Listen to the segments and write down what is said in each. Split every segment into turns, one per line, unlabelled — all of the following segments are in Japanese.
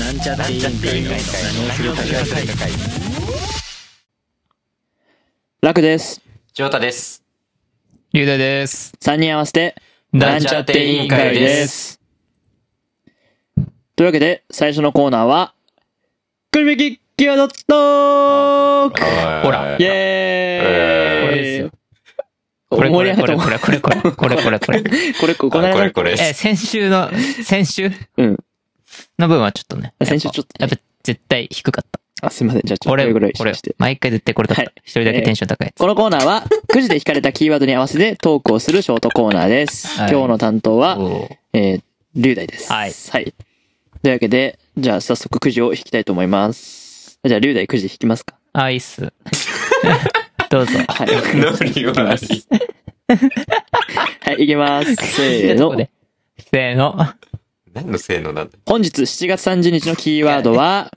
なんちゃって委員会の何をする会楽です
ジョータです。
龍大です。
3人合わせて
なんちゃって委員会です
というわけで最初のコーナーはくるべきキーワードトーク
ほら
イエーイ
これこ
盛り
れ
上が
こ
った
れ
もん
これこれこれこれこれこれ。
これ、ここ
あ
の
こ
間
れ、これ
えー、
です。
先週の、先週
うん
の分はちょっとね。
先週ちょっと
やっぱ絶対低かった。
あ、すいません。じゃあ、ちょっ
ことれ、
ぐらい
これ
して。、
毎回絶対これだった。
はい
一人だけテンション高いやつ。
このコーナーは、くじで引かれたキーワードに合わせてトークをするショートコーナーです。
はい
今日の担当は、
おー
えー、龍大です。
はい
というわけで、じゃあ、早速くじを引きたいと思います。じゃあ、龍大くじ引きますか
アイス。 どうぞ。
はい。わかりました
何を何
はい、いきます。せーの
どこ。でせーの。
何の性能なんだ
本日7月30日のキーワードは、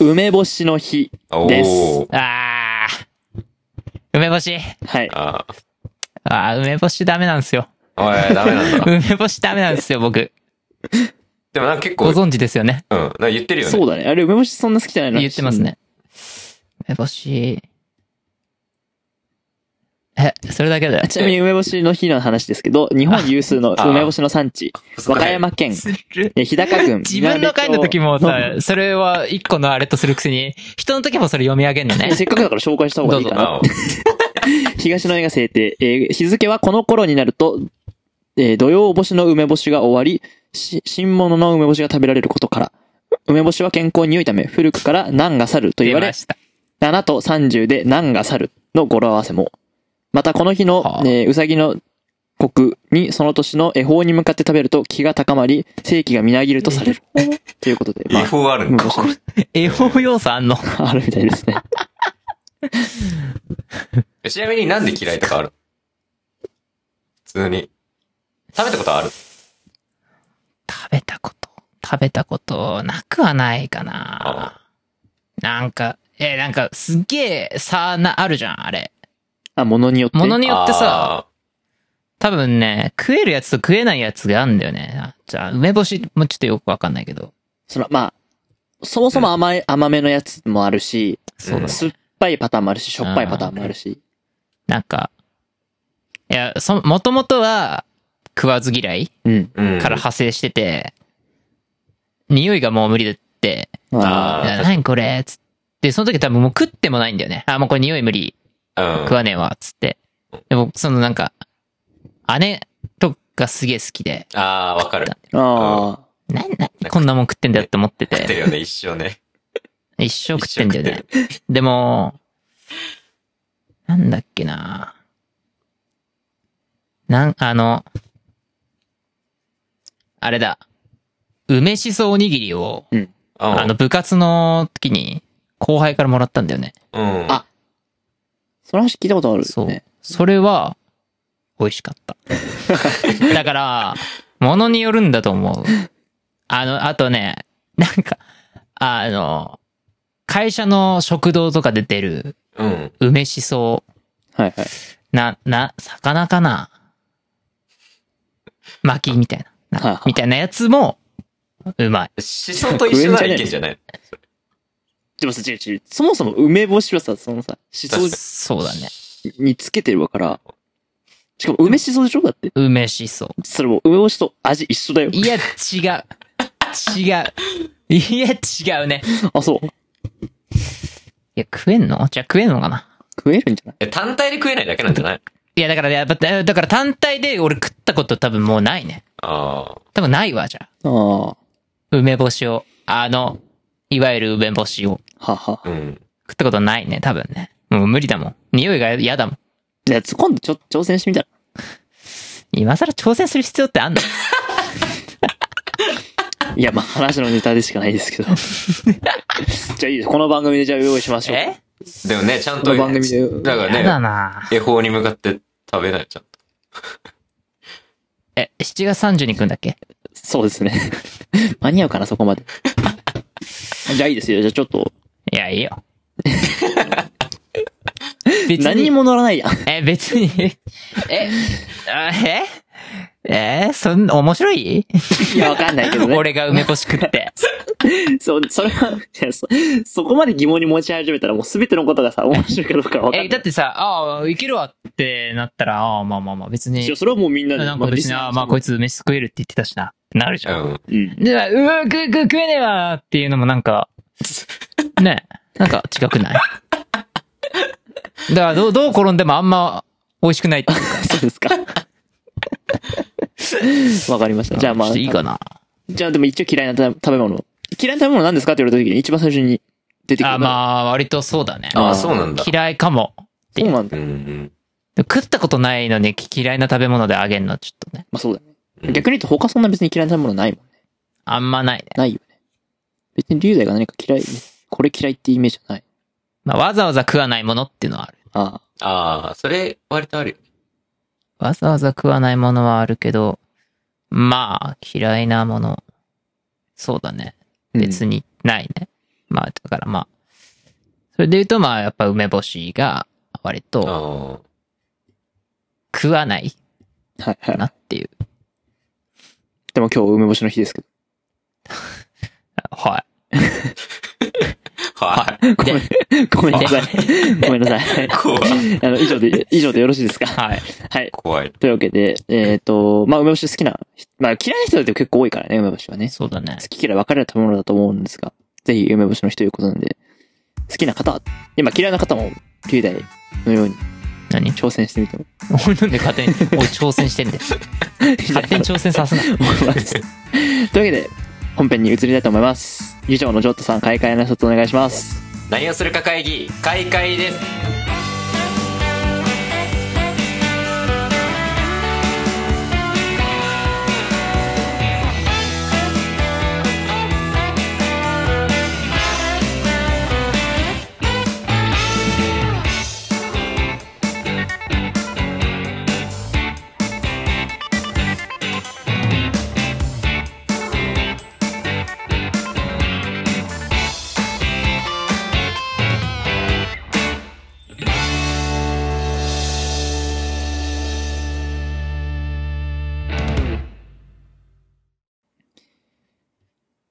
梅干しの日。
おー
です
あー。梅干し。
はい。
あ
あー、梅干しダメなんですよ。
あ。おい、ダメなんだ。
梅干しダメなんですよ、僕。
でもなんか結構、
ご
うん。
存知ですよね。
なんか言ってるよね。
そうだね。あれ、梅干しそんな好きじゃないの
言ってます。ね。梅干し。え、それだけだよ
あ。ちなみに梅干しの日の話ですけど、日本有数の梅干しの産地、
そう
和
だ
歌
ね
山県、
する
え日高郡。
自分の回の時もさ、それは一個のあれとするくせに、人の 時もそれ読み上げんの
え
ね
ー、。せっかくだから紹介した方がいいかな。
あ
東の絵が制定、えー日付はこの頃になると、えー土曜干しの梅干しが終わり、し新物の梅干しが食べられることから、梅干しは健康に良いため、古くから難が去ると言わ
出
れ
ま、した。
7と30で難が去るの語呂合わせも。またこの日の、
はあ
えーうさぎの国にその年の恵方に向かって食べると気が高まり、正気がみなぎるとされる。ということで、ま
違
あ、
法あるん
梅
だ
干。しの日
絵本要素あんの
あるみたいですね。
えちなみになんで嫌いとかある普通に。食べたことある
食べたこと、食べたことなくはないかな。
あ
なんか、え、なんかすっげえ差な、あるじゃん、あれ。
あ、ものによって。
ものに
あ。
よってさ、多分ね、食えるやつと食えないやつがあるんだよね。あじゃあ、梅干しもちょっとよくわかんないけど。
その、まあ、そもそも甘い、甘めのやつもあるし、
そうだね
酸っぱいパターンもあるし、しょっぱいパターンもあるし。
なんか、いや、そ、もともとは食わず嫌い
うん。
あー。うん
から派生してて、匂いがもう無理だって、
あ
いや
ー
何これつって、その時多分もう食ってもないんだよね。あ、もうこれ匂い無理、
うん。
食わねえわ、つって。でも、そのなんか、姉とかすげえ好きで、
ああ、わかる。
あ
な、な、こんなもん食ってんだよって思って
食って
て、
るよね、一生ね。
一生食ってんだよね
一。
でも、なんだっけななん、あの、あれだ。梅しそおにぎりを、
うん。
あの、部活の時に後輩からもらったんだよね。
うん。
あその話聞いたことある
そう
ね。。
それは、美味しかった。 だから、ものによるんだと思う。あの、あとね、なんか、あの、会社の食堂とかで出る
うん。
梅しそ、
はいはい。
な、な、魚かな巻きみたい
は
な
いは、
ないみたいなやつも、うまい。
しそと一緒ならいけんじゃない
でもさ、違う違う。そもそも梅干しはさ、そのさ、しそ
そうだね。
につけてるわから、しかも梅しそでしょだって。
梅しそ。
それも梅干しと味一緒だよ。
いや、違う。違う。いや、違うね。
あ、そう。
いや、食えんのじゃあ食えんのかな
食えるんじゃない
え単体で食えないだけなんじゃない
いや、だから、やっぱ、だだから単体で俺食ったこと多分もうないね。
ああ。
多分ないわ、じゃ
あ
あ。
あ。は
梅干しを。あの、いわゆる梅干しを
はは。
うん。
食ったことないね、多分ね。もう無理だもん。匂いが嫌だもん。
じゃあ、今度ちょ、挑戦してみたら。
今更挑戦する必要ってあんの
いや、まあ、話のネタでしかないですけ ど。じゃあいいです。この番組でじゃあ用意しましょう。
え
でもね、ちゃん、
ことの番組で
だから
嫌だ
ね、
な
恵方に向かって食べないちゃんと。
え、7月30に行くんだっけ
そうですね。 間に合うかな、そこまで。 じゃあいいですよ。じゃあちょっと、
いや、いい よ。別
何に
に、
も乗らないやん。
え、別に、え、あええー、そん、面白い
いや、わかんないけどね。
俺が梅干し食って。
そう、それは、いやそ、そこまで疑問に持ち始めたらもう全てのことがさ、面白いかどうかわかんな
え、
い。
だってさ、ああ、いけるわってなったら、ああ、まあまあまあ、別
いや
に、
それはもうみんなで。
なんか別に、ああ、まあこいつ梅食えるって言ってたしな、ってなるじゃん。
うん。
うん。
で、うわ、食う、食う、食えねえわーっていうのもなんか、ねえ、なんか違くない だから、どう、どう転んでもあんま美味しくないっていうか。
そうですか。 わかりました。じゃあま
ちょっ
あ。
といいかな。
じゃあでも一応嫌いなた食べ物。嫌いな食べ物何ですかって言われた時に一番最初に出てくるの。
あ、まあ、割とそうだね。
あ
あー
あ、そうなんだ。
嫌いかも。
そうなんだ。
うんうん。
食ったことないのに嫌いな食べ物であげんのちょっとね。
まあそうだ
うん
ね。逆に言うと他そんな別に嫌いな食べ物ないもんね。
あんまないね。
ないよね。別に龍大が何か嫌い、これ嫌いってイメージじゃない。
まあ、わざわざ食わないものっていうのはある。
あ
ああ、それ、割とあるよ。
わざわざ食わないものはあるけど、まあ、嫌いなもの。そうだね。
あ。
別にないね。まあ、だからまあ。それで言うと、まあ、やっぱ梅干しが、割
あ
と食わない
うん。はいはい。
なっていう。
でも今日梅干しの日ですけ
は
あ。 はい。
ど。ごめん、ごめんなさい。 ごめんなさい。
怖 い。
あの、以上で、以上でよろしいですか
い。はい。
はい。
怖い。
というわけで、えっ、と、まあ、梅干し好きな、まあ、嫌いな人だって結構多いからね、梅干しはね。
そうだね
好。き嫌い分かれる食べ物だと思うんですが、ぜひ梅干しの日ということなんで、好きな方、今嫌いな方も、9代のように
何
挑戦してみても。
俺なんで勝手に、俺挑戦してんだよ。 勝手に挑戦させない。
思います。 というわけで、本編に移りたいと思います。以上のジョットさん、開会の挨拶お願いします。
何をするか会議、開会です。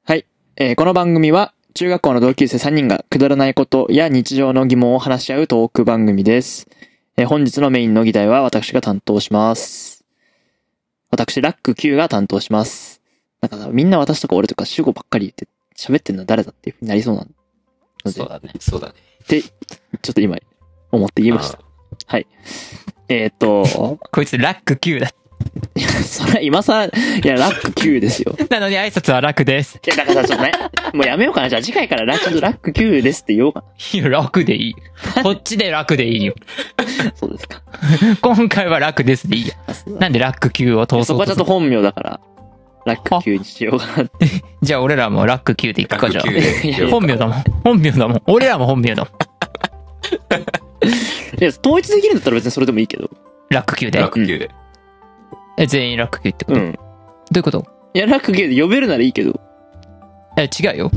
はい。えーこの番組は、中学校の同級生3人がくだらないことや日常の疑問を話し合うトーク番組です。えー本日のメインの議題は私が担当します。私、ラック Q が担当します。なんかさみんな私とか俺とか主語ばっかり言って喋ってるのは誰だっていうふうになりそうなので
そう、だね。
そうだね。
ちょっと今、思って言いました。えーっと、
こいつラック9だ。
いや、それは今さいや、ラック Q ですよ。
なのに挨拶は楽です。
いや、だからさ、ちょっと ね、もうやめようかな。じゃあ次回からラック、ラック Q ですって言おうか
いや、楽で いい。こっちで楽でいいよ。
な。そうですか。
今回は楽ですでいいよ。
あそうだ
なんでラック9を通
そ
そ
こ
う
はち
と
ょっ
する
と本名だから、ラック Q にしようかなって。
じゃあ俺らもラック9でいくか、じゃあ
学。級で
いやいや
本名だもん。本名だもん。俺らも本名だもん。
いや、統一できるんだったら別にそれでもいいけど。
ラック9で。
学級で。
え全員ラック9ってこ
う
と、ど
ん。
ういうこと
いや、ラック Q で呼べるならいいけど。
え、違うよ。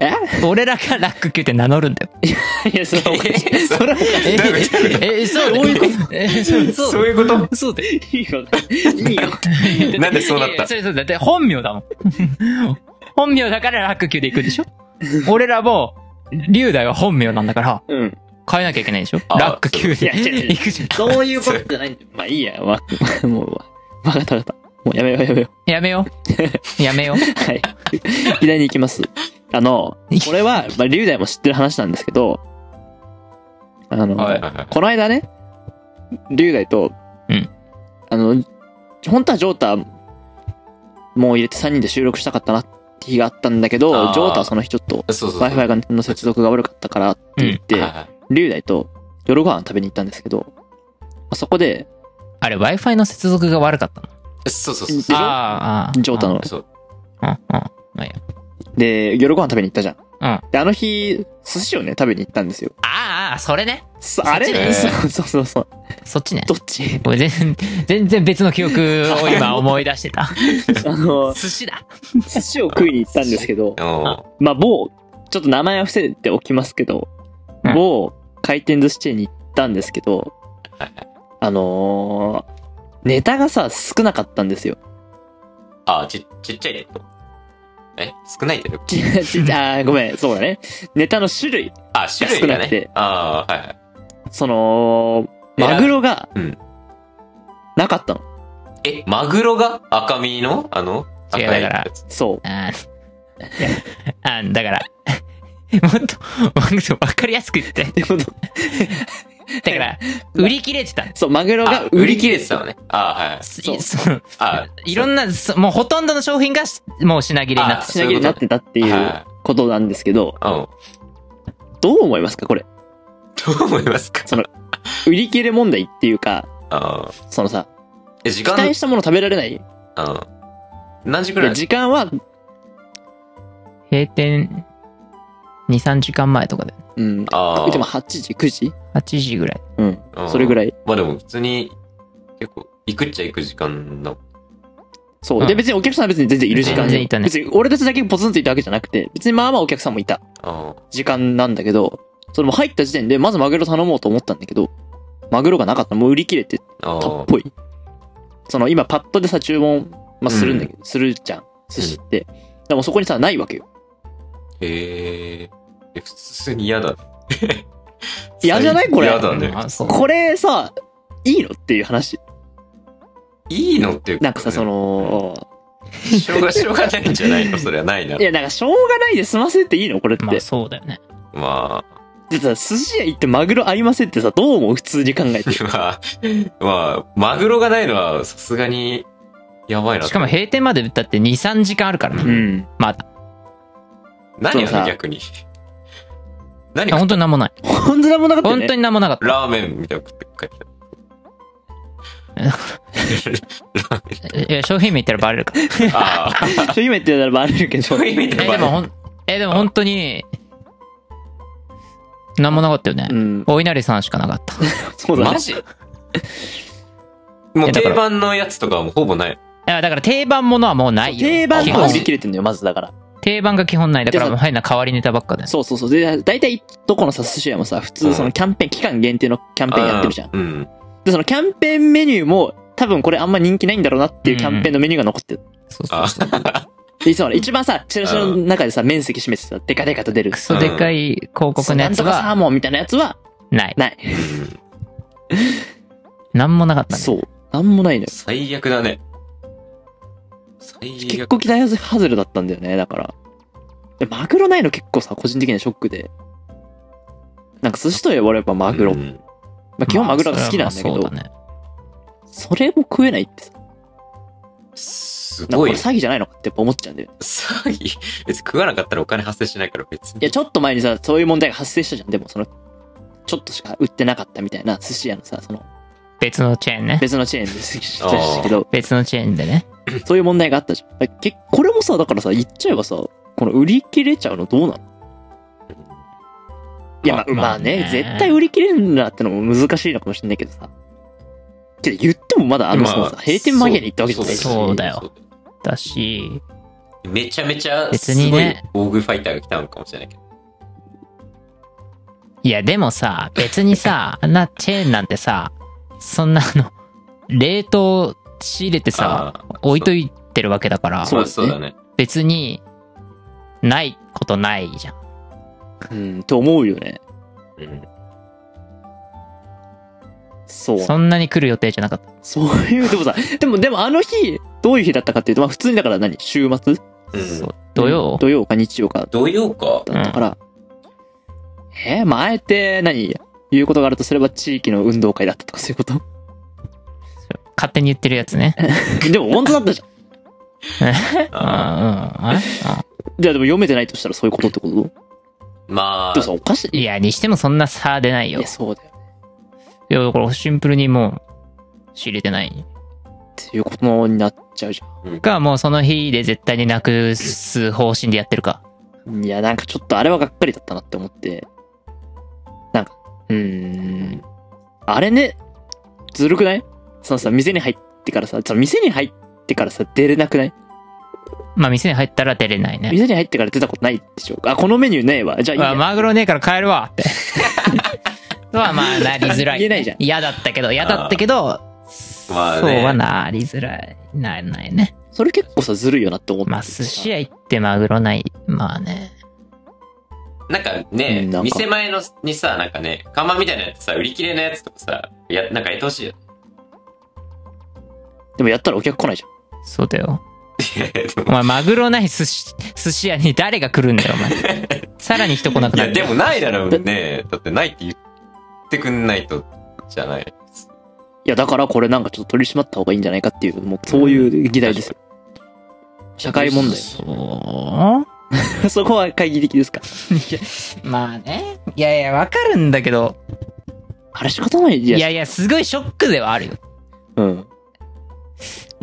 え
俺らがラック9って名乗るんだよ。
いや、 それはおかしい。それはおかしい。
え
どういうこと
え、えそうだよ
どういう
え、そうそう
そういうこと
そうだよ。
いいよ。いいよ。
なんでそうなっ
い
た
やそうそうだって本名だもん。本名だからラック9で行くでしょ俺らも、龍大は本名なんだから、
うん。
変えなきゃいけないでしょ
あー
ラック 9
そういや違う違う
で行くじゃ
そういうことじゃないんだ よまあいいや。わ、もう、わわかったわかった。もうやめようやめよ
ん。やめよう。やめよう。
う。はい。 左に行きます。あの、これは、まあ、龍大も知ってる話なんですけど、あの、
はい
はいはい
この間ね、龍大と、
うん
あの、本当はジョータもう入れて3人で収録したかったなって日があったんだけど
あ、ー
ジョータはその日ちょっと
そうそうそう。
Wi-Fi がの接続が悪かったからって言っ
はい
て、
はい
龍大と夜ご飯食べに行ったんですけど、まあそこで、
あれ、Wi-Fi の接続が悪かったの。
そうそうそう
でしょ
あーあー。
ジョータの。
そう。
うん、うん。
で、夜ご飯食べに行ったじゃん。
うん
で、あの日、寿司をね、食べに行ったんですよ。
あーあー、それね。
すあれ、
そっち
ね
そうそうそうそう。
そっちね。
どっち
俺全然、全然別の記憶を今思い出してた。
あ の、
寿司だ。
寿司を食いに行ったんですけど、
うん
まあ、某、ちょっと名前は伏せておきますけど、
うん
某回転寿司チェーンに行ったんですけど、あのネタがさ、少なかったん ですよ。
あー、ち、ちっちゃいね。え少ないってる
ちちあーごめん、そうだね。ネタの種類。
あ、種類が
少なくて
ね。ああ、はいはい。
その、マグロが
うん、
なかったの。
え、マグロが赤身のあの赤
違う
い
だから
やつ。
そう。
あーいやあーだから、もっと、もっとわかりやすく言って。
でもど
だから、売り切れてた。
そう、マグロ
あ
が、
売り切れてたのね。あーはい。
そう
いそう
あ
いろんな、そもうほとんどの商品がしもう品切れになって
品切れになってたって
そう
い
いうことね
うことなんですけど、
あ、うん。
どう思いますかこれ。
どう思いますか
その売り切れ問題っていうか、
あ
そのさ、
ーえ、時
期
間、
待したもの食べられない。
うん。何時くらい
で時間は、
閉店2、3時間前とかで。
うん、で
あ
も
あ。
8時、9時
8時ぐらい。
うん
うん。
それぐらい。
まあでも普通に、結構、行くっちゃ行く時間の。
そう。
うん
で、別にお客さんは別に全然いる時間
全然い
で。
たね
別に俺たちだけポツンといたわけじゃなくて、別にまあまあお客さんもいた
あ
時間なんだけど、それも入った時点で、まずマグロ頼もうと思ったんだけど、マグロがなかった。もう売り切れて
あ。あ
たっ
あ。
ぽい。その今パッドでさ、注文、まあするんだけど、するじゃん。寿司って。でもそこにさ、ないわけよ。
へえ。え、普通に嫌だ。
嫌じゃないこれ
嫌だね。
あそう
これさ、いいのっていう話。
いいのっていう
なんかさ、そ、の、
しょうが、しょうがないんじゃないのそれはないな。
いや、なんか、しょうがないで済ませていいのこれって。
まあそうだよね。
まあ、
でさ、寿司屋行ってマグロありませんってさ、どう思う普通に考え て。
まあ、まあ、マグロがないのはさすがに、やばいな。
しかも閉店までだって2、3時間あるから
う
ね。
ん。
まだ。
何
そうさ
やね逆に。何
あ
か
本当になんもない。
本当だもんなかったよ
本
ね。
当になんもなかった。
ラーメンみたいなこと書いてある。
いや、商品名言ったらバレるから。
ああ、
ちょ、夢って言うなら バレるけど。
そういう意味で
え、でもほん、え、でも本当に、なんもなかったよね
う。ん。
お稲荷さんしかなかった。い
そうだ
マ
ね。
ジも
いうやだから
定番のやつとかはもうほぼない。
や、だから定番ものはもうないよ。
定番
基
とは
本
売り切れてんのよ、まずだから。
定番が基本ない。だから
で
もう変な変わりネタばっかで。
そうそうそう。で、大体、どこのさ、寿司屋もさ、普通そのキャンペーン、期間限定のキャンペーンやってるじゃん。
うん。うん
で、そのキャンペーンメニューも、多分これあんま人気ないんだろうなっていうキャンペーンのメニューが残ってる。
そうそう
あ
で、いつもね一番さ、チラシの中でさ、面積示してさ、デカデカと出る
ク。ソでかい広告の
な
や
ん
つ
とかサー
は
モンみたいなやつは、
ない。
ない。
うん
なんもなかったね。
そう。なんもないのよ。
最悪だね。最悪。
結構期待外れだったんだよね、だから。でマグロないの結構さ、個人的にはショックで。なんか寿司といえば俺やっぱマグロ。
うん
まあ基本マグロが好きなんだけど、
ま
そ
あそれはまあそうだね
れも食えないってさ、
す
なんかこ
ご
れ
い。
詐欺じゃないのかってやっぱ思っちゃうんだよね。
詐欺別に食わなかったらお金発生しないから別に。
いや、ちょっと前にさ、そういう問題が発生したじゃん。でもその、ちょっとしか売ってなかったみたいな寿司屋のさ、その
別のチェーンね。
別のチェーンで出したけど、
別のチェーンでね。
そういう問題があったじゃん。だからけこれもさ、だからさ、言っちゃえばさ、この売り切れちゃうのどうなのいや、まあ、
まあ
まあね
まあね、
絶対売り切れるんだってのも難しいのかもしれないけどさ。けど言ってもまだあの
ま
そのさ、閉店間際に行ったわけじゃないし。
そうそうだよ。
そう
だし、
めちゃめちゃ、
別
す
に
ごい
ね
大食いファイターが来たのかもしれないけど。
いやでもさ、別 にさ、あんなチェーンなんてさ、そんなあの、冷凍仕入れてさ、
あー
置いといてるわけだから、
そう
まあそうだね。
別に、ないことないじゃん。
うん、と思うよね。
うん
そう。
そんなに来る予定じゃなかった。
そういう、でもさ、でも、でもあの日、どういう日だったかっていうと、まあ普通にだから何週末
うん
そう土曜
土曜か日曜か
土曜か。
だったから。えー、まああえて何、言うことがあるとすれば地域の運動会だったとかそういうこと
勝手に言ってるやつね。
でも本当だったじゃん。
うんうん。
あ
あれあ
じゃあでも読めてないとしたらそういうことってことで
ーま
も
あ
さ、、おかしい。
いや、にしてもそんな差出ないよ。
い
い
や、そうだよ。
や、だからシンプルにもう、仕入れてない。
っていうことになっちゃうじ
か、もうその日で絶対になくす方針でやってるか。
ゃん。いや、なんかちょっとあれはがっかりだったなって思って。なんか、うーん。あれね、ずるくないそのさ、店に入ってからさ、その店に入ってからさ、出れなくない
まあ、店に入ったら出れないね。
店に入ってから出たことないでしょあ、このメニューねえわ。じゃあいい
まあ、
や。
マグロねえから帰 るわって。とはまあ、なりづらい。
言えないじゃん
嫌だったけど、嫌だったけど、
まあ
そう
ね。
はなりづらい、ならないね。
それ結構さ、ずるいよなって思って。
まあ、寿司屋行ってマグロない、まあね。
なんか
う
ね
んなんか、
店前のにさ、なんかね、看板みたいなやつさ、売り切れのやつとかさ、や、なんかやってほしいよ。
でもやったらお客来ないじゃん。
そうだよ。
いやいやで
お
も
前、マグロない寿司、寿司屋に誰が来るんだよ、お前。さらに人来なく
い
な
や、
る。
でもないだろうね。だってないって言ってくんないと、じゃない。
いや、だからこれなんかちょっと取り締まった方がいいんじゃないかっていう、もうそういう議題ですよ。社会問題。
そ
そこは懐疑的ですか。
うまあね。いやいや、わかるんだけど。
あれ仕方ない
い
じゃん。
やいや、すごいショックではあるよ。
うん。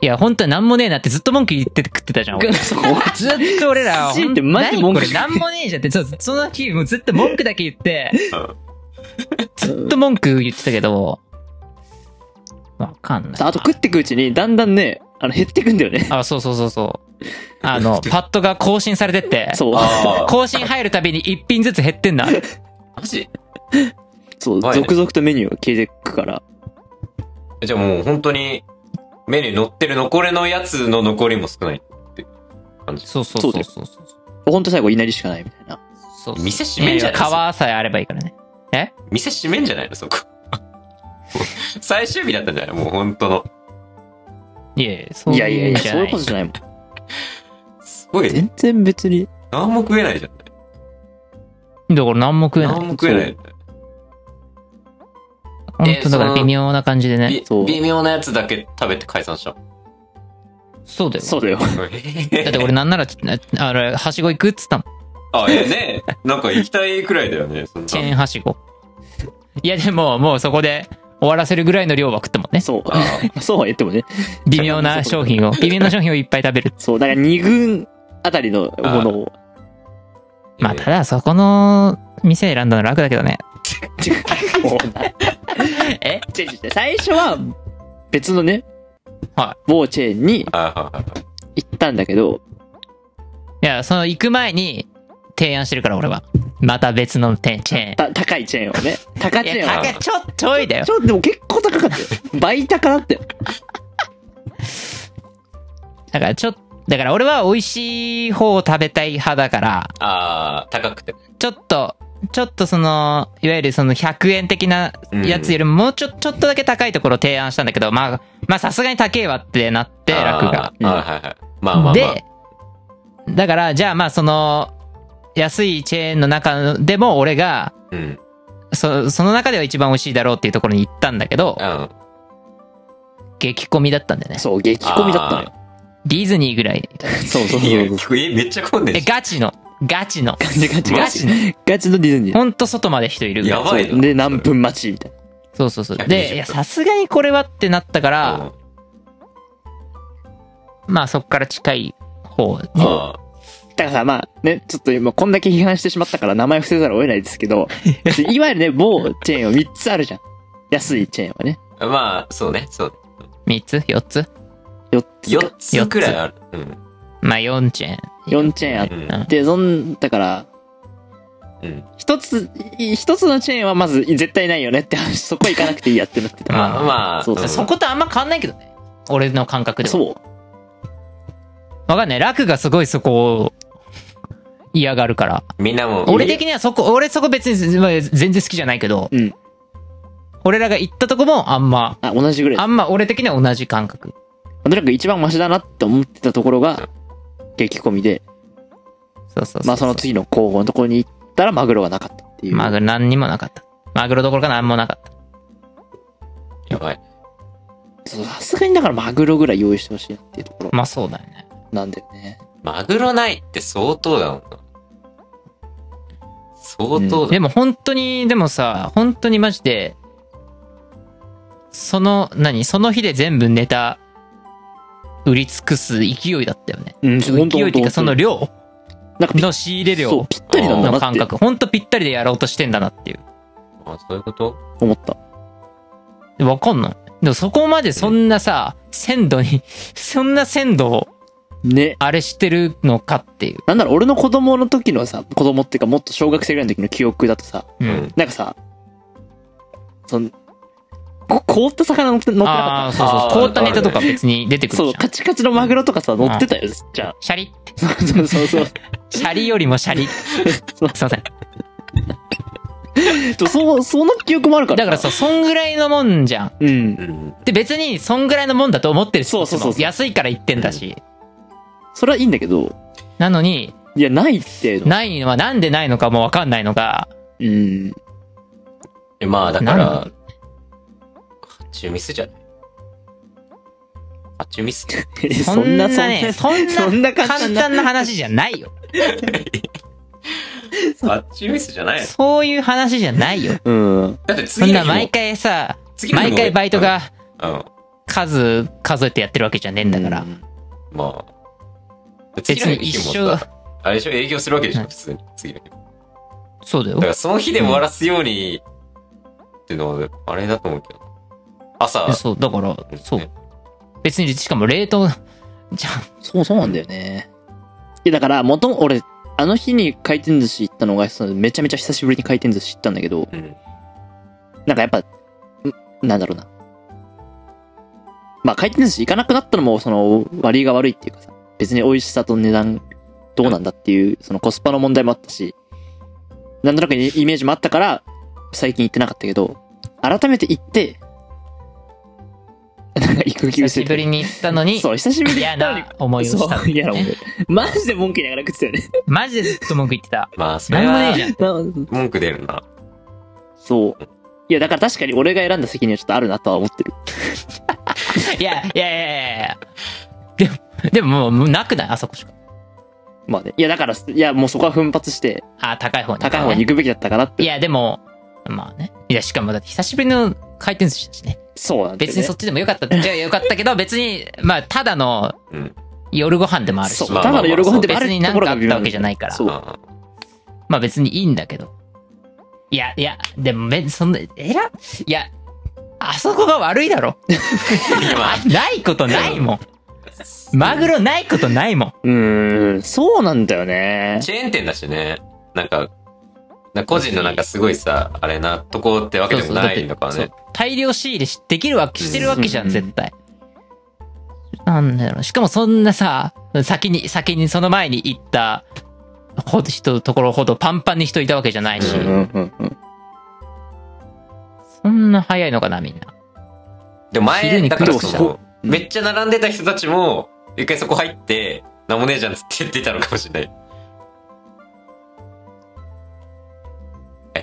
いや、本当になんもねえなってずっと文句言って食ってたじゃん、俺。
そこ
ずっと俺ら、
寿司ってマジで文句
何これなんもねえじゃんって、そう、その日、もうずっと文句だけ言って、ずっと文句言ってたけど、わかんない。
さあ、あと食ってくうちに、だんだんね、あの、減ってくんだよね。
あ、そうそうそうそう。あの、パッドが更新されてって、
そう。
ああ、
更新入るたびに一品ずつ減ってんだ。
マジ
そう、
はい
続々とメニューが消えてくから。
じゃあもう本当に、メニューに載ってる残りのやつの残りも少ない。
そうそ
そ
うそうう
だ
そうそう。
ほんと最後、いなりしかないみたいな。
そうそう
店閉めんじゃない
いやいや皮さえあればいいからね。
店閉めんじゃないのそこ。 最終日だったんじゃないもう本当の。
いやいや、そう
い
い
やいや
うん
いや、
じゃ
そう
な
いうことじゃないもん。
すごいね。
全然別に。
何も食えないじゃん。
だから何も食えない。
何も食えない。
本当だから微妙な感じでね。
び
そう
微妙なやつだけ食べて解散した。
そうだよ。
そうだよ。
だって俺なんなら、ああれ、はしご行くっつったもん。
あ、えねなんか行きたいくらいだよね。そんな
チェーンはしご。いやでも、もうそこで終わらせるぐらいの量は食ったもんね。
そう。
あ
そうは言ってもね。
微妙な商品を、微妙な商品をいっぱい食べる。
そう、だから2軍あたりのものを。
まあ、ただそこの店選んだの楽だけどね。
もうな
え
違う違う違う最初は、別のね、
は
某チェーンに
あはいはいはい
行ったんだけど、
いや、その行く前に提案してるから俺は。また別の店チェー
た高いチェーンをね。高
ン。
チ
い
ェーン
や、
を。
高いちょ、ちょいだよ
ち。ょ、でも結構高かったよ。倍高だったよ。
だからちょ、だから俺は美味しい方を食べたい派だから、
あー、高くて。
ちょっと、ちょっとその、いわゆるその100円的なやつよりももうちょ、ちょっとだけ高いところを提案したんだけど、まあ、まあさすがに高えわってなって、楽が。
あーはいはいはい。まあまあまあ。
で、だから、じゃあまあその、安いチェーンの中でも俺が、
うん。
そその中では一番美味しいだろうっていうところに行ったんだけど
う、ん。
激混みだったんだよね。
そう、激混みだったのよ。
ディズニーぐらい。
そうそうそう
いや、
そう。
結構、え、めっちゃ混んで
え、
るし。
ガチの、ガチの、
ガチガチガ
ガ
チ。
チの、
ガチのディズニー。
ほんと外まで人いるぐらい
やばいな。
で、何分待ちみたいな。
そうそうそう。
120
で、いや、さすがにこれはってなったから、
うん
まあそこから近い方ね、
あ
だからさ、まあね、ちょっと今こんだけ批判してしまったから名前伏せざるを得ないですけど、いわゆるね、某チェーンは3つあるじゃん。安いチェーンはね。
ーまあ、そうね、そう。
3つ ?4 つ
4つか
4つくらいある。うん。
まあ4チェーン。
4チェーンあっ
うん
うん
て、そん、だから、
うん。
一つ、い一つのチェーンはまず絶対ないよねって話、そこ行かなくていいやってなってた。
まあまあ、
そう
うん
そことあんま変わんないけどね。俺の感覚では。
そう。
わかんない。楽がすごいそこを嫌がるから。
みんなも、
俺的にはそこ、俺そこ別にまあ全然好きじゃないけど、
うん
俺らが行ったとこもあんま、
あ、同じぐらい
あんま俺的には同じ感覚。
とにかく一番マシだなって思ってたところが、激込みで、
そうそうそう。
まあその次の候補のところに行ったらマグロがなかったっていう。
マグロ何にもなかった。マグロどころか何もなかった。
やばい。
そうさすがにだからマグロぐらい用意してほしいなっていうところ
まあそうだよね。
なんだよね。
マグロないって相当だもんな。相当だ。
でも本当に、でもさ、本当にマジで、その、何その日で全部ネタ、売り尽くす勢いだったよね。
うん、
勢いっていうか、その量
なんかぴ
の仕入れ
そう
量
ぴったりなんだ
の
なっ
感
て
覚。本当ぴったりでやろうとしてんだなっていう
あ、そういうこと
思った。。
でわかんない。でもそこまでそんなさ、鮮度に、 そんな鮮度を
ね。
あれしてるのかっていう。
なんだろう、俺の子供の時のさ、子供っていうかもっと小学生ぐらいの時の記憶だとさ、
う。
うんん。
なんかさ、その、こ凍った魚乗って乗ってなか
ああ、
っ
そうそう
あー
凍ったネタとか別に出て
た。
く
そ
るじ
う、
ゃん
カ。チカチのマグロとかさ、乗ってたよ、じゃあ。
シャリって。
そうそうそう。
シャリよりもシャリ。
そう
すいません。
そう、そう、その記憶もあるから。
だから、さ、そんぐらいのもんじゃん。
うん。
うん。
で、別にそんぐらいのもんだと思ってるし
そうそうそうそう
安いから言ってんだし。
それはいいんだけど、
なのに、
いや、ないっての。
ないのはなんでないのかもわかんないのが、
うん。
えまあ、だか
な
ら、中ミスじゃない中ミ ス
そんなね、
そ
そんな、
そんな簡単
簡
な
単な話じゃないよ。
中ミスじゃない
そういう話じゃないよ。
うん。
だって
そ
次
ん
の
な
日も
毎回さ、
次の日も
毎回バイトが
うん。
数数えてやってるわけじゃねえんだから。
まあ。
別に一
次の日も
生
さ、あれでしょ営業するわけでしょ
うん
普通に。次の日も。
そうだよ
だか。らその日で終わらすように、っていうのは、あれだと思うけど。朝、
そう、だから、そ
ね
う。別に、しかも冷凍、じゃん
そう、そうなんだよね。いや、だから、もとも、俺、あの日に回転寿司行ったのが、そのめちゃめちゃ久しぶりに回転寿司行ったんだけど、
うん。
なんかやっぱ、んなんだろうな。まあ、回転寿司行かなくなったのも、その、割りが悪いっていうかさ、別に美味しさと値段、どうなんだっていう、そのコスパの問題もあったし、なんとなくイイメージもあったから、最近行ってなかったけど、改めて行って、なんか行く気
久
がして
しぶりに行ったのに、
そう、久しぶりに行
嫌
ったの に
な思いをした。
そう、嫌なもんで。 マジで文句言いながら食ってたよね。
マジでずっと文句言ってた。
まあ、そ
なん
れ
もねえじ
は、
ゃん。
な
文句出るな。
そう。いや、だから確かに俺が選んだ責任はちょっとあるなとは思ってる。
いや、いやいやいやいやでも、でももう、なくないあそこしか。
まあね。いや、だから、いや、もうそこは奮発して、
あ、高い方に。
高い方に行くべきだったかなって。
いや、でも、まあね。いや、しかも、だって久しぶりの回転寿司だしね。
そうなんだよね
別にそっちでもよかったって、じゃあよかった けど、別に、まあ、ただの
うん。
夜ご飯でもあるし
そう、
まあ
ただの夜ご飯でもある
別に何かあったわけじゃないから
そう。
ああ
まあ別にいいんだけど。いや、いや、でもめ、そんな、えら、いや、あそこが悪いだ ろ。
今、
ないことないもん。 マグロないことないもん。
うーん、そうなんだよね。
チェーン店だしね。なんか、なんか個人のなんかすごいさ、あれな、とこってわけでもないのか
そ
ね
う。大量仕入れしできるわけ、してるわけじゃ
うん
ん、絶対。なんだろう。しかもそんなさ、先に、先にその前に行った、ほど、人、ところほどパンパンに人いたわけじゃないし、
うんうんうん
そんな早いのかな、みんな。
でも
昼
前、
に
だ
来
か
る
ら
とこ
その、めっちゃ並んでた人たちも、一回そこ入って、なんもねえじゃんっつって出たのかもしれ ない。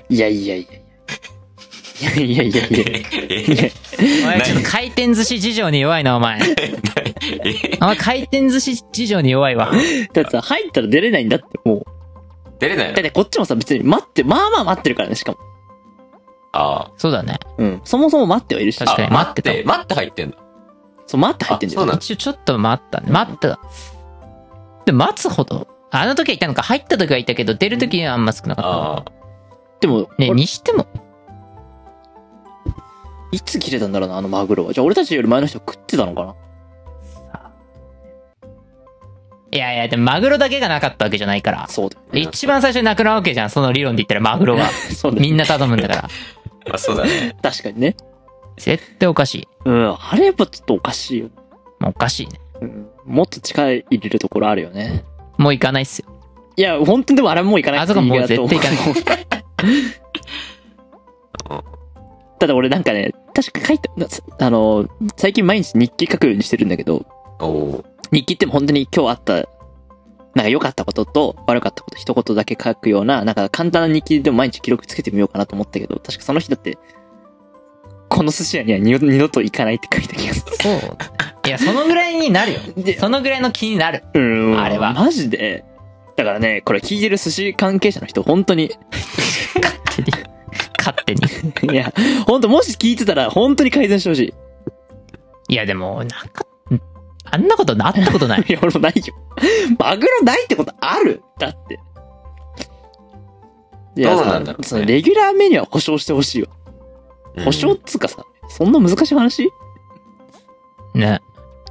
いやいやいやいや。いやいやいやいや。
え
や
お前ちょっと回転寿司事情に弱いな、お前。お前回転寿司事情に弱いわ。
だってさ、入ったら出れないんだって、もう。
出れない
だっ
の
てこっちもさ、別に待って、まあまあ待ってるからね、しかも。
ああ。
そうだね。
うん。そもそも待ってはいるし。
確かに
あ
待ってた
待って、待って入ってんだ。
そう、待って入ってんだよ。
あそうなの
一応ちょっと待ったね。待った。で、待つほど。あの時はいたのか、入った時はいたけど、出る時はあんま少なかったな。
ああ。
でも、
ね、
俺
にしても、
いつ切れたんだろうな、あのマグロは。じゃあ俺たちより前の人食ってたのかない
やいや、でもマグロだけがなかったわけじゃないから。
そうだ。
一番最初になくなるわけじゃん、その理論で言ったらマグロは。
そうだ。
みんな頼むんだから。
まあそうだ ね。
確かにね。
絶対おかしい。
うん。あれやっぱちょっとおかしいよ。
もうおかしいね。
うん。もっと近い入れるところあるよね。
もう行かないっすよ。
いや、本当にでもあれはもう行かない
あそこはもう
と
絶
思
対行かない。
ただ俺なんかね、確か書いて、なさあの、最近毎日日記書くようにしてるんだけど、
おお。
日記って本当に今日あった、なんか良かったことと悪かったこと一言だけ書くような、なんか簡単な日記でも毎日記録つけてみようかなと思ったけど、確かその日だって、この寿司屋には二度二度と行かないって書いた気がする。
そう。いや、そのぐらいになるよ。
で
そのぐらいの気になる。
うん
あれは
マジで。だからね、これ聞いてる寿司関係者の人、本当 に、
勝手に。勝手に。
いや、本当もし聞いてたら、本当に改善してほし
いや、でも、なんか、あんなことなったことない。
い。いや、俺もないよ。マグロないってことあるだって。い
どうなんだろうね
そのレギュラーメニューは保証してほしいわ。保証っつうかさ、そんな難しい話
ね。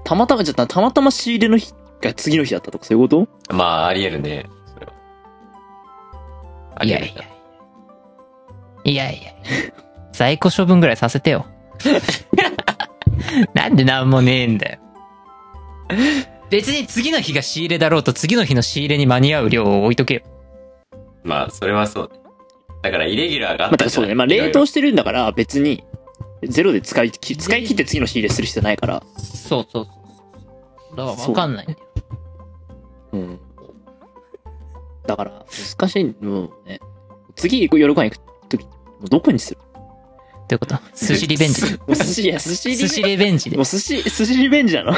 たまたま、じゃあたまたま仕入れの日が次の日だったとか、そういうこと
うんまあ、ありえるね。それは。あ
い
りえ
や
る
いや。いやいや。在庫処分ぐらいさせてよ。なんでなんもねえんだよ。別に次の日が仕入れだろうと次の日の仕入れに間に合う量を置いとけよ。
まあ、それはそう。だから、イレギュラーがあ
ま
った
たそうだね。まあ、冷凍してるんだから、別に、ゼロで使いき、使い切って次の仕入れする必要ないから。
そうそうそう。だから
そう
わかんないんだよ。
うん。だから、難しい。もうね。次、夜ご飯行くとき、もうどこにする
ということ寿司リベンジ。
もう寿司、いや、寿司リベン
寿司
ジ。
リベンジで
も。う寿司、寿司リベンジなの
寿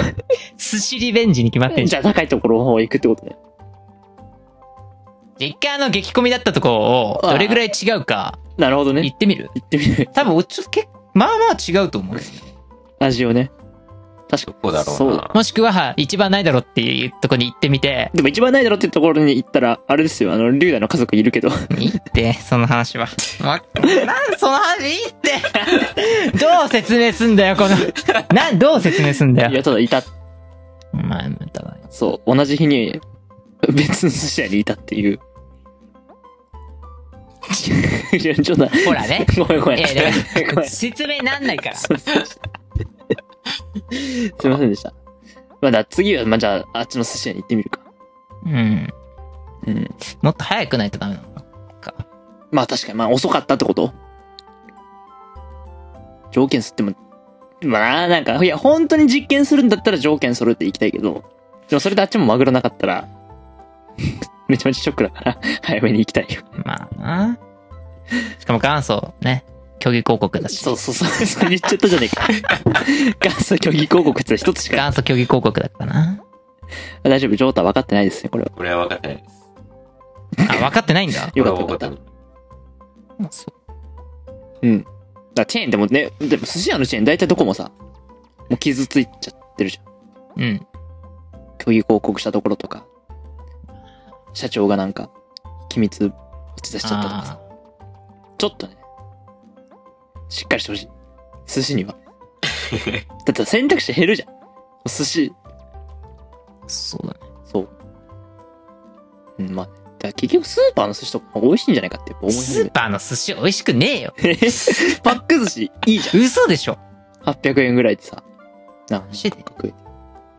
司リベンジに決まってんじ
じゃあ高いところの方行くってことね。
ゃん。一回あの激コミだったとこを、どれぐらい違うか、
なるほど
言
ね。
ってみる
行ってみる。
多分、ちょっと結構まあまあ違うと思う。
味をね。確か
どこだろうな。
そうだ
もしくは、はい一番ないだろっていうとこに行ってみて、
でも一番ないだろってところに行ったら、あれですよ、あの、リュウダの家族いるけど。
いいって、その話は。わ、なん、その話いいってどう説明すんだよ、この。なん、どう説明すんだ
い
よ。
や、ただいた。
まあ、だから
そう、同じ日に、別の寿司屋にいたって いう。いや、ちょっと、
ほらね。
ごめんごめん。
いやだか
ごめ
ら
んす
説明なんないから。
いませんでした。まあだ、次は、まあ、じゃあ、あっちの寿司屋に行ってみるか。
うん。
うん。
もっと早くないとダメなのか。
まあ確かに、まあ遅かったってこと条件すっても、まあなんか、いや、本当に実験するんだったら条件揃えていきたいけど、でもそれであっちもマグロなかったら、 めちゃめちゃショックだから、早めに行きたいよ。
まあな。しかも元祖、ね。競技広告だし。
そうそうそう、そう言っちゃったじゃねえか。元祖虚偽広告って一つしか。
元祖競技広告だか らな。
大丈夫、ジョータ分かってないですね、これは。
俺は分かってないです。
あ、分かってないん
よ
だ。
かったよ
俺
か
は
った。だ
分
か
か
そう
らチェーンでもね、でも寿司屋のチェーン大体どこもさ、もう傷ついちゃってるじゃん。
うん。
虚偽広告したところとか、社長がなんか、機密打ち出しちゃったとかさ、
あ
ちょっとね、しっかりしてほしい。寿司には。 だって選択肢減るじゃん。寿司、
ーそうだね。
そう。うん、まあ、だから結局スーパーの寿司とか美味しいんじゃないかってやっぱ思い
ス
始
ー
め
パーの寿司美味しくねえよ。
た。 パック寿司いいじ
嘘でしょ。
ゃん。800円ぐらいでさ。なん
マジで
か食えて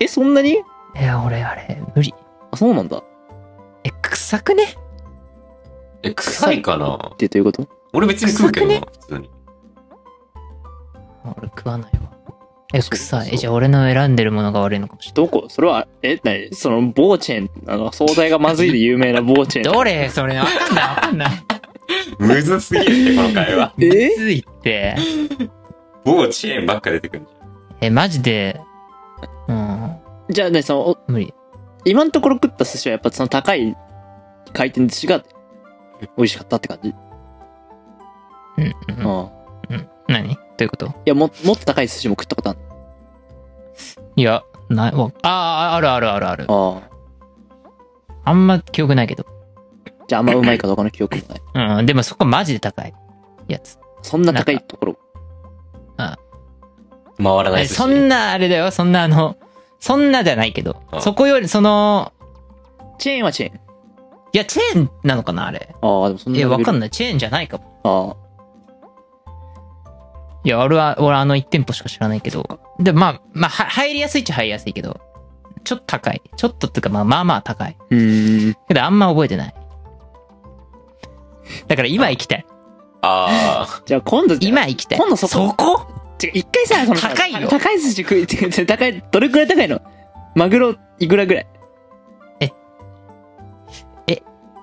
え、そんなに
いや、俺あれ、無理。
あ、そうなんだ。っ
え、臭くね
え、臭いかな
てどういうこと
俺別に食うけどな、普通に。
俺食わないわ。え、
そう
臭い。
そう
え、じゃあ俺の選んでるものが悪いのかもしれ
どこそれは、え、なにその、某チェーン、あの、惣菜がまずいで有名な某チェーン。
ない。どれそれ、わかんない、わかんない。
むずす ぎるって、この会話。
え
むずいって。
某チェーンばっか出てくるじ
え、マジで、うん、
じゃあね、その、お
無理。
今のところ食った寿司はやっぱその高い回転寿司が美味しかったって感じ。
うん、
う。
うん
い
ん、うん。何どういうこと
や、も、もっと高い寿司も食ったことある。
いや、ない、わ、ああ、あるあるあるある。
ああ。
あんま記憶ないけど。
じゃああんまうまいかどうかの記憶 もない。
うん、でもそこマジで高いやつ。
そんな高いところ。
ゃん。回らない
え
寿司。
そんなあれだよ、そんなあの、そんなじゃないけど
あ。
そこより、その、
チェーンはチェーン。
いや、チェーンなのかなあれ。
ああ、でもそんな。
いや、わかん
い。
ない。チェーンじゃないか
あ
も。いや、俺は、俺あの1店舗しか知らないけど。で、まあ、まあ、は入りやすいっちゃ入りやすいけど、ちょっと高い。ちょっとっていうか、まあまあまあ高い
あ。。うーん。
けど、あんま覚えてない。だから今行きたい。
ああ。
じゃあ今度、
今行きたい。
今度そこ
こ
違う一回さ、その、
高いよ
高い寿司食い、 違う高い、どれくらい高いのマグロ、いくらぐらい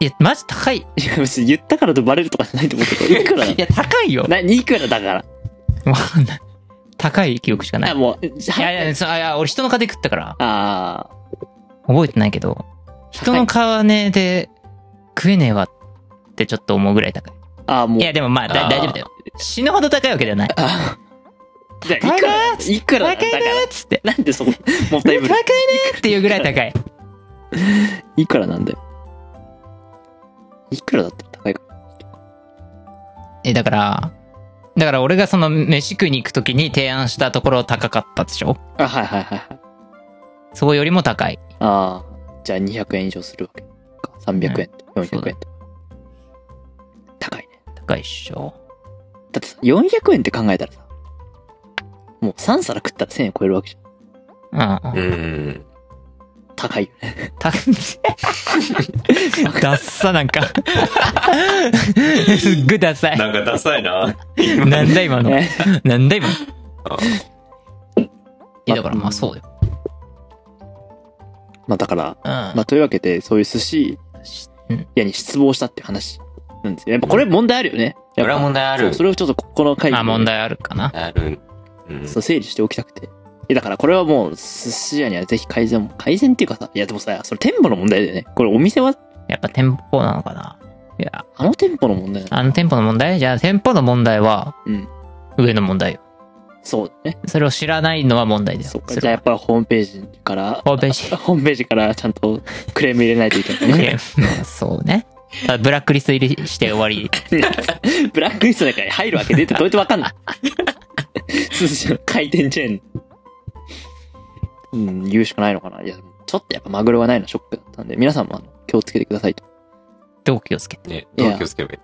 いや、マジ高い。い
いや、別に言ったからとバレるとかじゃないと思うけど、いくらなの
や、高いよ。
な、いくらだから。
わかんない。高い記憶しかない。
あ、
い
もう、じゃあ
やいや、そういや俺人の家で食ったから、
ああ。
覚えてないけど、人の金で食えねえわってちょっと思うぐらい高い。
ああ、もう。
いや、でもまあ、だ
あー
大丈夫だよ。死ぬほど高いわけではない。
ああ。じゃあ、
高
い
い
く
な
らいくら
高
だか
いな
ら
ーっつって。
なんでそこ、もった
高
い
い
ぶる。
ねーっていうぐらい高い。
いくらなんだよ。いくらだって高いか。
え、だから、だから俺がその飯食いに行くときに提案したところ高かったでしょ
あ、はいはいはいはい。
そこよりも高い。
ああ。じゃあ200円以上するわけか。300円と400円と。高いね。
高いっしょ。
だってさ、400円って考えたらさ、もう3皿食ったら1000円超えるわけじゃ
う
う
ん。
ーん。
ん。高いよね。
たダッサなんか。すっごいダサい。
なんかダサい な。
なんだ今の。
ね
なんだ今の。
あ
いやだからまあそうだよ。
まあだから、
うん。
まあというわけで、そういう寿司
うん
屋に失望したって話なんですよ。やっぱこれ問題あるよね。やっ
これ
ぱ
は問題あ
そう
る
そ。れをちょっとここの会議
まあ問
で
題あるかな。
ある。うん。
そう整理しておきたくて。いやだからこれはもう寿司屋にはぜひ改善も、改善っていうかさ、いやでもさ、それ店舗の問題だよね。これお店は、
やっぱ店舗なのかな。いや、
あの店舗の問題なの
あの店舗の問題じゃあ店舗の問題は
うん。
上の問題よ。
そうだね。
それを知らないのは問題だよ。
そっか。
それは
じゃあやっぱホームページから、
ホームページ
ホームページからちゃんとクレーム入れないといけ ないね。
まあそうね。ただブラックリスト入りして終わり。
ブラックリストの中に入るわけでってどうやってわ かんない寿司の回転チェーン。うん、言うしかないのかな。いや、ちょっとやっぱマグロがないのショックだったんで、皆さんもあの気をつけてくださいと。
どう気をつけて。
ね、
いや
どう気をつければいい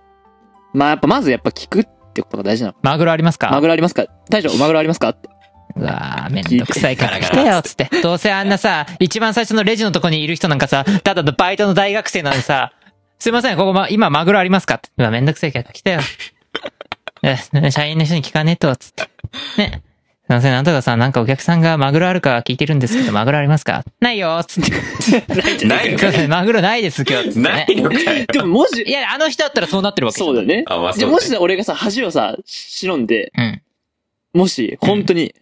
まあやっぱまずやっぱ聞くってことが大事なの。
マグロありますか
マグロありますか大将、マグロありますかって。
うわーめんどくさい から来てよ、つって。どうせあんなさ、一番最初のレジのとこにいる人なんかさ、ただのバイトの大学生なんでさ、すいません、ここ、ま、今マグロありますかって。うわ、めんどくさいから来てよ。 え社員の人に聞かねえと、つって。ね。すいません、なんとかさん、なんかお客さんがマグロあるか聞いてるんですけど、マグロありますかないよ、つって。
ないの
すい
か
ません、マグロないです、今日、つって、
な
ね。
いのかよ。
でももし、
いや、あの人だったらそうなってるわけじゃん
そうだよね。
あまあそ
じ
うだ
ゃあ
ね
もしさ俺がさ、恥をさ、忍んで、
うん。
もし、本当に、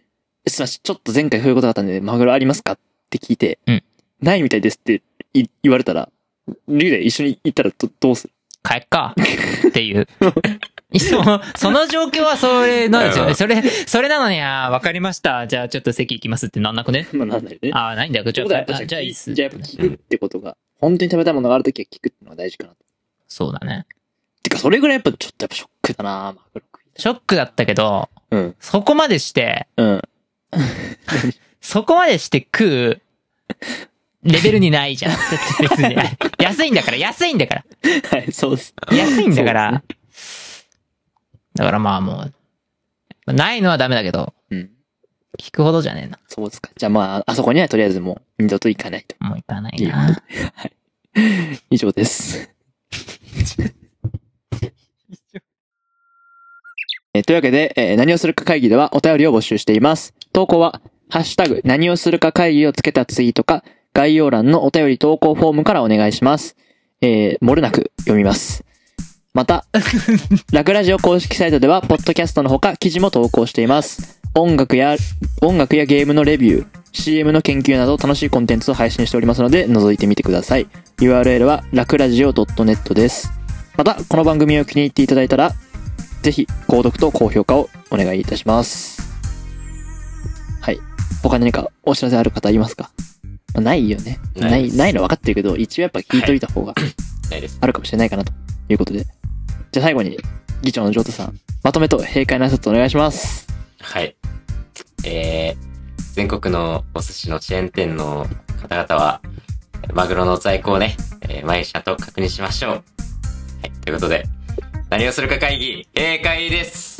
すいません、ちょっと前回そういうことがあったんで、マグロありますかって聞いて、
うん
ないみたいですってい言われたら、リュウで一緒に行ったらどどうする
帰っか。っていう。 その、その状況はそれなんですよ
う
ね。
ん
それ、それなのに、あーわかりました。じゃあちょっと席行きますってなんなくね。
まあなんだよね。
あーないんだよ。
って
じゃ
こ
あ
とはやっ、ぱ
あじゃあいいっす。
じゃあやっぱ聞くってことが、本当に食べたいものがあるときは聞くってのが大事かなと。
そうだね。
てか、それぐらいやっぱちょっとやっぱショックだなマグロ食い
ショックだったけど、
たい。うん。
そこまでして、
うん。
そこまでして食う、レベルにないじゃん。 別に。安いんだから、安いんだから。
はい、そうです。
安いんだから。だからまあもう、ないのはダメだけど、
うん。
聞くほどじゃねえな。
そうですか。じゃあまあ、あそこにはとりあえずもう二度と行かないと。
もう行かない
いいよ
な。
以上 です。えーというわけで、えー何をするか会議ではお便りを募集しています。投稿は、ハッシュタグ、何をするか会議をつけたツイートか、概要欄のお便り投稿フォームからお願いします。えー、漏れなく読みます。また、ラクラジオ公式サイトでは、ポッドキャストのほか記事も投稿しています。音楽や、音楽やゲームのレビュー、CM の研究など楽しいコンテンツを配信しておりますので、覗いてみてください。URL は、ラクラジオ .net です。また、この番組を気に入っていただいたら、ぜひ、購読と高評価をお願いいたします。はい。他に何かお知らせある方いますかまあないよね。
ない
な
で
い、
す
ないの分かってるけど、一応やっぱ聞いといた方が
ないです。
あるかもしれないかなということで。じゃあ最後に、議長の城田さん、まとめと閉会の挨拶お願いします。
はい。えー、全国のお寿司のチェーン店の方々は、マグロの在庫をね、えー、毎社と確認しましょう。はい、ということで、何をするか会議、閉会です